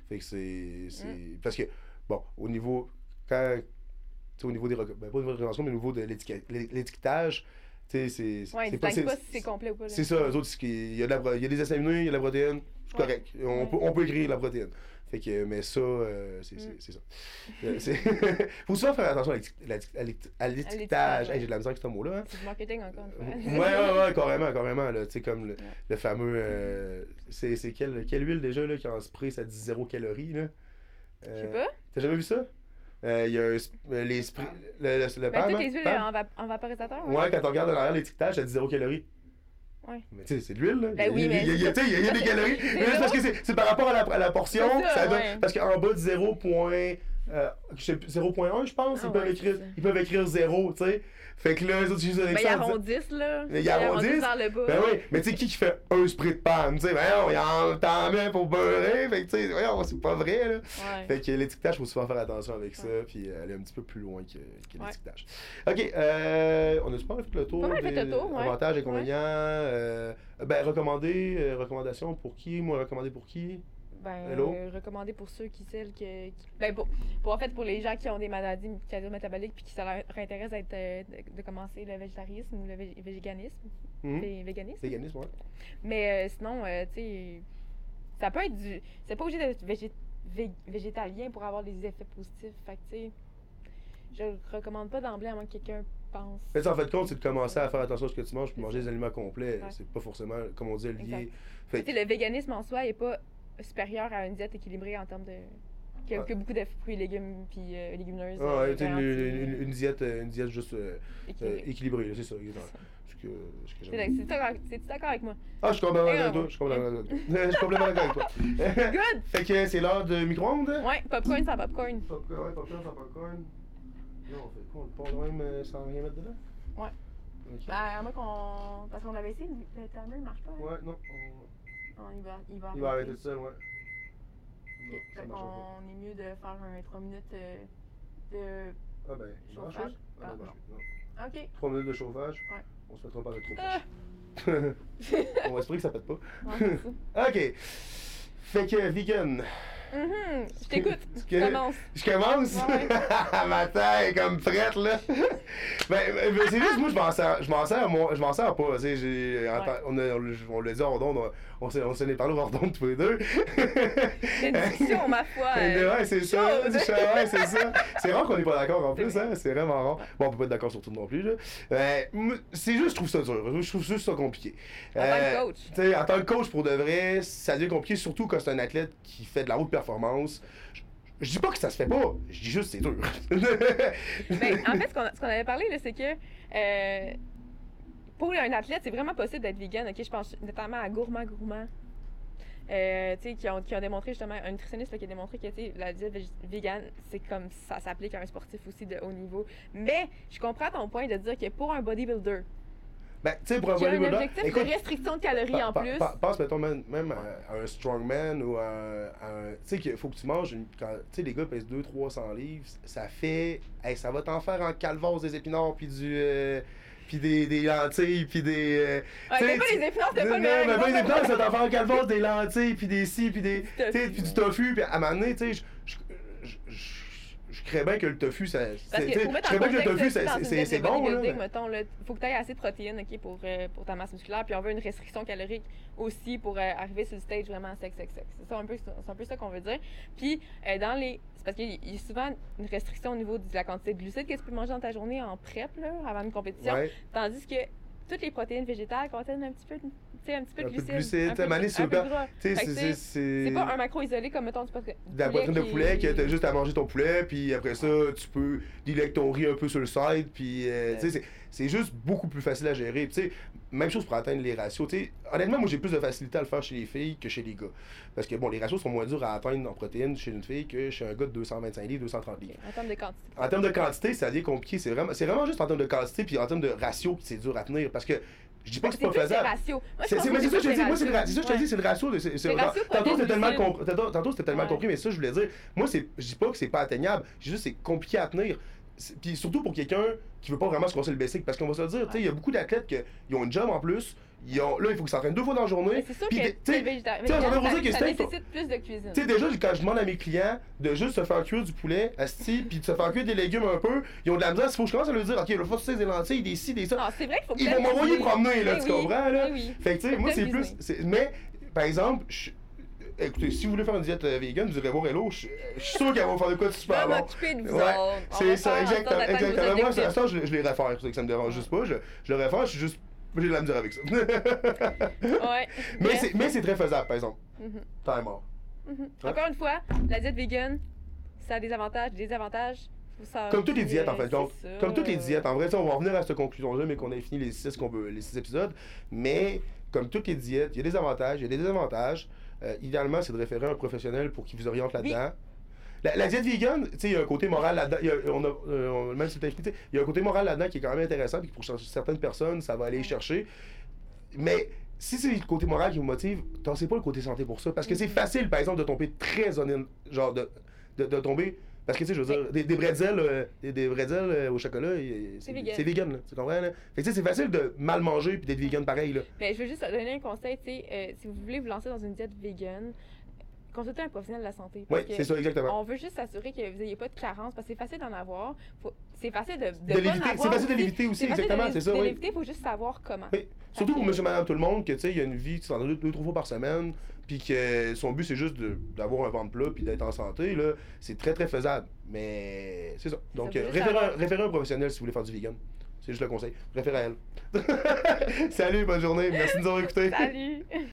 Speaker 1: Fait que c'est.
Speaker 2: Mm.
Speaker 1: c'est- Parce que, bon, au niveau. Quand. tu sais, au niveau des. recommandations, ben, pas au niveau des recommandations, mais au niveau de l'étiquet- l'é- l'étiquetage, tu sais, c'est.
Speaker 2: Ouais,
Speaker 1: c'est
Speaker 2: ils distinguent pas
Speaker 1: c'est-
Speaker 2: si c'est complet ou pas. là.
Speaker 1: C'est ça, eux autres, c'est qu'il- il y, a de la pro- il y a des acides aminés, il y a de la protéine, c'est
Speaker 2: Ouais.
Speaker 1: correct. On,
Speaker 2: Ouais.
Speaker 1: peut, on peut écrire la protéine. Fait que, mais ça, euh, c'est c'est-
Speaker 2: Mm.
Speaker 1: c'est ça. Euh, c'est- Faut souvent faire attention à l'éti- à l'éti- à l'éti- à l'étiquetage.
Speaker 2: ouais.
Speaker 1: Hey, J'ai de la misère avec ce mot-là. hein.
Speaker 2: C'est du marketing encore une fois.
Speaker 1: Ouais, ouais, ouais, carrément, carrément. là. Tu sais, comme le,
Speaker 2: Ouais.
Speaker 1: le fameux. euh, c'est c'est quelle, quelle huile déjà là, qui en spray, ça dit zéro calorie là
Speaker 2: Je
Speaker 1: Euh,
Speaker 2: sais pas.
Speaker 1: T'as jamais vu ça Euh, Il y a un sp- euh, les sprays. Le, le, le
Speaker 2: Ben,
Speaker 1: Pam, hein?
Speaker 2: toutes les huiles
Speaker 1: Pam?
Speaker 2: en, va- en vaporisateur.
Speaker 1: Ouais, quand on regarde en arrière l'étiquetage, ça dit zéro calorie.
Speaker 2: Ouais.
Speaker 1: Mais tu sais, c'est de l'huile, là.
Speaker 2: Ben
Speaker 1: il, y a-
Speaker 2: oui, mais
Speaker 1: il y a- il y a, tu sais, il y a- il y a des calories.
Speaker 2: C'est
Speaker 1: Mais là, c'est parce que c'est c'est par rapport à la, à la portion.
Speaker 2: C'est ça,
Speaker 1: ça donne-
Speaker 2: ouais.
Speaker 1: Parce qu'en bas de 0. point, euh, je sais plus, 0.1, je pense,
Speaker 2: Ah
Speaker 1: ils, peuvent
Speaker 2: ouais,
Speaker 1: écrire,
Speaker 2: c'est ça.
Speaker 1: ils peuvent écrire 0, tu sais. Fait que là, les autres, ils utilisent un
Speaker 2: Ben, ils
Speaker 1: Excel, tu sais.
Speaker 2: arrondissent, là.
Speaker 1: Mais ils arrondissent.
Speaker 2: vers le bas.
Speaker 1: Ben oui, mais tu sais, qui qui fait un spray de panne? Tu sais, ben il en t'en met pour beurrer, fait que tu sais, voyons, c'est pas vrai, là.
Speaker 2: Ouais.
Speaker 1: Fait que l'étiquetage, faut souvent faire attention avec ça,
Speaker 2: Ouais.
Speaker 1: puis euh, aller un petit peu plus loin que, que
Speaker 2: Ouais.
Speaker 1: l'étiquetage. Ok, euh, on a pas mal fait le tour.
Speaker 2: Pas mal
Speaker 1: des
Speaker 2: fait le tour, ouais.
Speaker 1: Avantages, inconvénients. euh, ben, recommandé, euh, recommandation pour qui? Moi, recommandé pour qui?
Speaker 2: Ben,
Speaker 1: Hello?
Speaker 2: euh, recommandé pour ceux qui, celles que. qui- Ben, pour, pour- en fait, pour les gens qui ont des maladies cardio-métaboliques puis qui ça leur intéresse d'être, euh, de, de commencer le végétarisme ou le vég- véganisme.
Speaker 1: Hum, hum.
Speaker 2: vé- véganisme.
Speaker 1: Véganisme, ouais.
Speaker 2: Mais euh, sinon, euh, tu sais, ça peut être du. C'est pas obligé d'être végé- vég- végétalien pour avoir des effets positifs. Fait que, tu sais, je le recommande pas d'emblée à moins que quelqu'un pense.
Speaker 1: Mais tu sais, en fait, compte, c'est de commencer à faire attention à ce que tu manges, puis
Speaker 2: C'est
Speaker 1: manger
Speaker 2: ça.
Speaker 1: des aliments complets.
Speaker 2: Ouais.
Speaker 1: C'est pas forcément, comme on dit, lié.
Speaker 2: Exact.
Speaker 1: Fait
Speaker 2: Tu
Speaker 1: que-
Speaker 2: sais, le véganisme en soi est pas supérieur à une diète équilibrée en termes de. que,
Speaker 1: Ouais.
Speaker 2: que beaucoup de fruits et légumes puis euh, légumineuses.
Speaker 1: Ah
Speaker 2: euh,
Speaker 1: ouais, tu sais, une,
Speaker 2: garanties,
Speaker 1: une- une diète, euh, une diète juste euh, euh,
Speaker 2: équilibrées.
Speaker 1: équilibrée, là, c'est ça, exactement. Ce que, ce que
Speaker 2: C'est
Speaker 1: j'aime.
Speaker 2: d'accord- c'est d'accord- C'est-tu d'accord avec moi?
Speaker 1: Ah, je suis complètement
Speaker 2: Et
Speaker 1: d'accord avec
Speaker 2: on-
Speaker 1: toi. Je suis complètement d'accord avec toi. Je suis complètement d'accord avec toi.
Speaker 2: Good!
Speaker 1: fait que c'est l'heure de micro-ondes.
Speaker 2: Ouais, popcorn sans popcorn.
Speaker 1: Popcorn, ouais, popcorn, sans popcorn. Non, on fait quoi? On le pose même euh, sans rien mettre dedans?
Speaker 2: Ouais.
Speaker 1: Ok.
Speaker 2: Ben, à moins qu'on. Parce qu'on l'avait essayé, le le timer marche pas. hein?
Speaker 1: Ouais, non. on-
Speaker 2: On- il, va, il va
Speaker 1: Il va arrêter tout seul, ouais. Non,
Speaker 2: Ok,
Speaker 1: ça
Speaker 2: fait
Speaker 1: marche pas.
Speaker 2: qu'on est mieux de faire un 3 minutes euh, de.
Speaker 1: Ah ben, il marche,
Speaker 2: Chauffage?
Speaker 1: ça? Ah,
Speaker 2: Ah,
Speaker 1: non,
Speaker 2: non.
Speaker 1: non.
Speaker 2: Ok.
Speaker 1: 3 minutes de chauffage.
Speaker 2: Ouais.
Speaker 1: On se mettra pas avec trop
Speaker 2: Ah!
Speaker 1: proche. on va espérer que ça pète pas.
Speaker 2: Ouais, c'est ça.
Speaker 1: Ok. Fait que vegan.
Speaker 2: Mhm, Je t'écoute.
Speaker 1: Ce que-
Speaker 2: Commence.
Speaker 1: Je commence?
Speaker 2: Ouais,
Speaker 1: Ma taille comme prête, là. ben, ben, ben, c'est juste, moi, je m'en sers, je m'en sers, moi, je m'en sers pas. tu sais, j'ai- en
Speaker 2: Ouais.
Speaker 1: tant- on, a- on le- on l'a dit hors d'onde, on, on s'est- on s'en est parlé hors d'onde tous les deux.
Speaker 2: Une discussion, ma foi.
Speaker 1: Mais
Speaker 2: euh,
Speaker 1: ouais, c'est ça.
Speaker 2: chaude.
Speaker 1: du chat, ouais, c'est ça. C'est rare qu'on n'est pas d'accord en
Speaker 2: C'est
Speaker 1: plus,
Speaker 2: vrai.
Speaker 1: hein. C'est vraiment rare. Bon, on peut pas être d'accord sur tout non plus, là. Euh, m- c'est juste, je trouve ça dur. Je trouve juste ça compliqué.
Speaker 2: En tant
Speaker 1: Euh,
Speaker 2: que coach.
Speaker 1: tu sais, en tant que coach, pour de vrai, ça devient compliqué, surtout quand c'est un athlète qui fait de la haute performance. Je- Je dis pas que ça se fait pas, je dis juste que c'est dur.
Speaker 2: Ben, en fait, ce qu'on ce qu'on avait parlé, là, c'est que euh, pour un athlète, c'est vraiment possible d'être vegan. ok? Je pense notamment à Gourmand Gourmand. Euh, tu sais, qui, ont, qui ont démontré justement, un nutritionniste là, qui a démontré que tu sais, la diète vég- vegan, c'est comme ça s'applique à un sportif aussi de haut niveau. Mais je comprends ton point de dire que pour un bodybuilder,
Speaker 1: ben, tu sais, pour un
Speaker 2: qui a un
Speaker 1: bodybuilder,
Speaker 2: objectif
Speaker 1: écoute,
Speaker 2: de restriction de calories
Speaker 1: pa-
Speaker 2: en
Speaker 1: pa-
Speaker 2: plus,
Speaker 1: pa- pense, mettons, même, même à, à un strongman ou à, un- à un. Tu sais, qu'il faut que tu manges. une- quand- Tu sais, les gars pèsent 200-300 livres, ça fait. hey, ça va t'en faire en calvase des épinards, puis du. euh, puis des, des lentilles, puis des. euh,
Speaker 2: ouais,
Speaker 1: tu sais,
Speaker 2: t'as pas
Speaker 1: tu-
Speaker 2: les influences, t'as
Speaker 1: Non,
Speaker 2: pas le
Speaker 1: mais
Speaker 2: meilleur
Speaker 1: pas les
Speaker 2: exemple.
Speaker 1: épinards, ça t'en fait en calvose, des lentilles, puis des ci, puis des.
Speaker 2: Du tofu.
Speaker 1: T'sais, puis du tofu, puis à un moment donné, tu sais, je- je- je- je crée bien que le tofu, ça.
Speaker 2: Parce
Speaker 1: c'est-
Speaker 2: que
Speaker 1: t'sais,
Speaker 2: pour mettre
Speaker 1: je
Speaker 2: en
Speaker 1: crée bien
Speaker 2: contexte,
Speaker 1: que le tofu,
Speaker 2: si
Speaker 1: c'est-
Speaker 2: dans une
Speaker 1: c'est
Speaker 2: diète
Speaker 1: c'est-
Speaker 2: de
Speaker 1: c'est bon, là.
Speaker 2: bodybuilding, mettons, là, faut que tu aies assez de protéines ok, pour, euh, pour ta masse musculaire, puis on veut une restriction calorique aussi pour euh, arriver sur le stage vraiment sec, sec, sec. C'est ça un peu, c'est un peu ça qu'on veut dire. Puis, euh, dans les. C'est parce qu'il y a souvent une restriction au niveau de la quantité de glucides que tu peux manger dans ta journée en prep, là, avant une compétition.
Speaker 1: Ouais,
Speaker 2: Tandis que toutes les protéines végétales contiennent un petit peu, de- tu sais, un petit peu de
Speaker 1: Un peu de
Speaker 2: glucides.
Speaker 1: glucides,
Speaker 2: un peu,
Speaker 1: mané,
Speaker 2: un
Speaker 1: c'est
Speaker 2: peu de
Speaker 1: pas-
Speaker 2: gras.
Speaker 1: tu sais,
Speaker 2: Fait que
Speaker 1: c'est.
Speaker 2: t'sais,
Speaker 1: C'est
Speaker 2: C'est pas un macro isolé comme, mettons, du pot-
Speaker 1: de la poitrine de
Speaker 2: qui-
Speaker 1: poulet que t'as juste à manger ton poulet, puis après ça, tu peux dealer avec ton riz un peu sur le side, puis euh, tu sais, c'est- c'est juste beaucoup plus facile à gérer. Puis, tu sais, même chose pour atteindre les ratios. Tu sais, honnêtement, moi, j'ai plus de facilité à le faire chez les filles que chez les gars. Parce que, bon, les ratios sont moins durs à atteindre en protéines chez une fille que chez un gars de 225 livres, 230 livres.
Speaker 2: Ok, En termes de quantité.
Speaker 1: En termes de quantité, ça devient compliqué. C'est vraiment, c'est vraiment juste en termes de quantité puis en termes de ratio que c'est dur à tenir. Parce que je dis pas que c'est pas
Speaker 2: plus des
Speaker 1: faisable.
Speaker 2: ratios. Moi, je
Speaker 1: C'est
Speaker 2: pense
Speaker 1: c'est- mais
Speaker 2: que
Speaker 1: c'est ça que
Speaker 2: plus
Speaker 1: je te
Speaker 2: des
Speaker 1: dis. Moi, c'est le ra- c'est ça que je te
Speaker 2: ratios.
Speaker 1: dis, c'est le ratio. de- c'est- c'est-
Speaker 2: Les ratios
Speaker 1: Tantôt,
Speaker 2: protéines,
Speaker 1: c'était tellement,
Speaker 2: glucides.
Speaker 1: compr- tantôt- tantôt, c'était tellement
Speaker 2: Ouais.
Speaker 1: compris, mais ça, je voulais dire. Moi, c'est- je dis pas que c'est pas atteignable. Je dis juste que c'est compliqué à tenir. C'est- Puis surtout pour quelqu'un qui veut pas vraiment se casser le basic. Parce qu'on va se le dire, tu sais, il y a beaucoup d'athlètes qui ont une job en plus. Ils ont, là, il faut qu'ils s'entraînent deux fois dans la
Speaker 2: Mais
Speaker 1: journée.
Speaker 2: c'est sûr
Speaker 1: Puis
Speaker 2: que
Speaker 1: des- tu sais,
Speaker 2: t'es végétarien.
Speaker 1: tu sais, on va
Speaker 2: ça-
Speaker 1: vous dire que
Speaker 2: ça
Speaker 1: c'est-
Speaker 2: nécessite plus de cuisine.
Speaker 1: Tu sais, déjà, quand je demande à mes clients de juste se faire cuire du poulet, asti, puis de se faire cuire des légumes un peu, ils ont de la misère. Il faut que je commence à leur dire, OK, il faut c'est des lentilles, des ci, des ça.
Speaker 2: Ah, c'est vrai qu'il faut que
Speaker 1: Ils vont
Speaker 2: t'aies
Speaker 1: m'envoyer
Speaker 2: cuisiner.
Speaker 1: promener, là,
Speaker 2: Ben
Speaker 1: tu
Speaker 2: oui,
Speaker 1: comprends, là?
Speaker 2: ben oui.
Speaker 1: Fait que, tu sais, moi, c'est
Speaker 2: Peut-être
Speaker 1: plus.
Speaker 2: cuisiner.
Speaker 1: c'est- Mais, par exemple, je- écoutez, si vous voulez faire une diète euh, vegan, vous irez voir Hello, je je suis sûr qu'elle va faire de quoi de
Speaker 2: Je vais
Speaker 1: super bon.
Speaker 2: m'occuper de vous
Speaker 1: Ouais,
Speaker 2: autres. On
Speaker 1: C'est
Speaker 2: va
Speaker 1: ça,
Speaker 2: faire en sorte
Speaker 1: exactement.
Speaker 2: d'atteindre vos
Speaker 1: exactement. Moi, ça,
Speaker 2: objectifs.
Speaker 1: ça, je, je les réfère, c'est que ça me dérange juste pas. Je, je les réfère, je suis juste. J'ai de la misère avec ça. mais
Speaker 2: Ouais. Bref.
Speaker 1: c'est- mais c'est très faisable, par exemple.
Speaker 2: Mhm,
Speaker 1: Time out.
Speaker 2: mhm. Encore une fois, la diète vegan, ça a des avantages, des avantages. Faut savoir
Speaker 1: Comme toutes les
Speaker 2: qui,
Speaker 1: diètes, en
Speaker 2: euh,
Speaker 1: fait. Donc,
Speaker 2: c'est ça,
Speaker 1: Comme toutes les
Speaker 2: euh,
Speaker 1: diètes, en vrai, ça, on va revenir à cette conclusion-là, mais qu'on ait fini les six, qu'on veut, les six épisodes. Mais comme toutes les diètes, il y a des avantages, il y a des désavantages. Euh, idéalement, c'est de référer à un professionnel pour qu'il vous oriente là-dedans. La, la diète vegan, tu sais, il y a un côté moral là-dedans. il y a- on a- euh, on- même si c'est expliqué, tu sais, il y a un côté moral là-dedans qui est quand même intéressant, puis que pour cer- certaines personnes, ça va aller
Speaker 2: Ouais.
Speaker 1: chercher. Mais si c'est le côté moral qui vous motive, c'est pas le côté santé pour ça. Parce que c'est
Speaker 2: Mhm.
Speaker 1: facile, par exemple, de tomber très honnête, genre de, de, de tomber. Parce que, tu sais, je veux dire, des, des bretzels, euh, des, des bretzels, euh, au chocolat, il- c'est
Speaker 2: C'est vegan.
Speaker 1: c'est vegan, là, tu comprends? Là? Fait que, tu sais, c'est facile de mal manger puis d'être vegan pareil, là.
Speaker 2: Mais je veux juste donner un conseil, tu sais, euh, si vous voulez vous lancer dans une diète vegan, consultez un professionnel de la santé.
Speaker 1: Oui,
Speaker 2: parce que-
Speaker 1: c'est ça, exactement.
Speaker 2: On veut juste s'assurer que vous n'ayez pas de carence parce que c'est facile d'en avoir. Faut- C'est facile de,
Speaker 1: De
Speaker 2: pas en
Speaker 1: l'éviter, c'est
Speaker 2: avoir
Speaker 1: facile de
Speaker 2: aussi.
Speaker 1: l'éviter aussi,
Speaker 2: C'est facile de
Speaker 1: exactement,
Speaker 2: l'é-
Speaker 1: c'est ça,
Speaker 2: de
Speaker 1: oui.
Speaker 2: l'éviter, faut juste savoir comment.
Speaker 1: Oui. Surtout pour
Speaker 2: Fait que-
Speaker 1: monsieur, madame, tout le monde, que, tu sais, il y a une vie, tu t'en donnes deux, deux, trois fois par semaine, puis que son but, c'est juste de- d'avoir un ventre plat puis d'être en santé, là. C'est très, très faisable. Mais c'est ça. Donc,
Speaker 2: faut
Speaker 1: euh,
Speaker 2: juste
Speaker 1: référez,
Speaker 2: avoir-
Speaker 1: référez un professionnel si vous voulez faire du vegan. C'est juste le conseil. Référez à elle. Salut, bonne journée. Merci de nous avoir écoutés.
Speaker 2: Salut!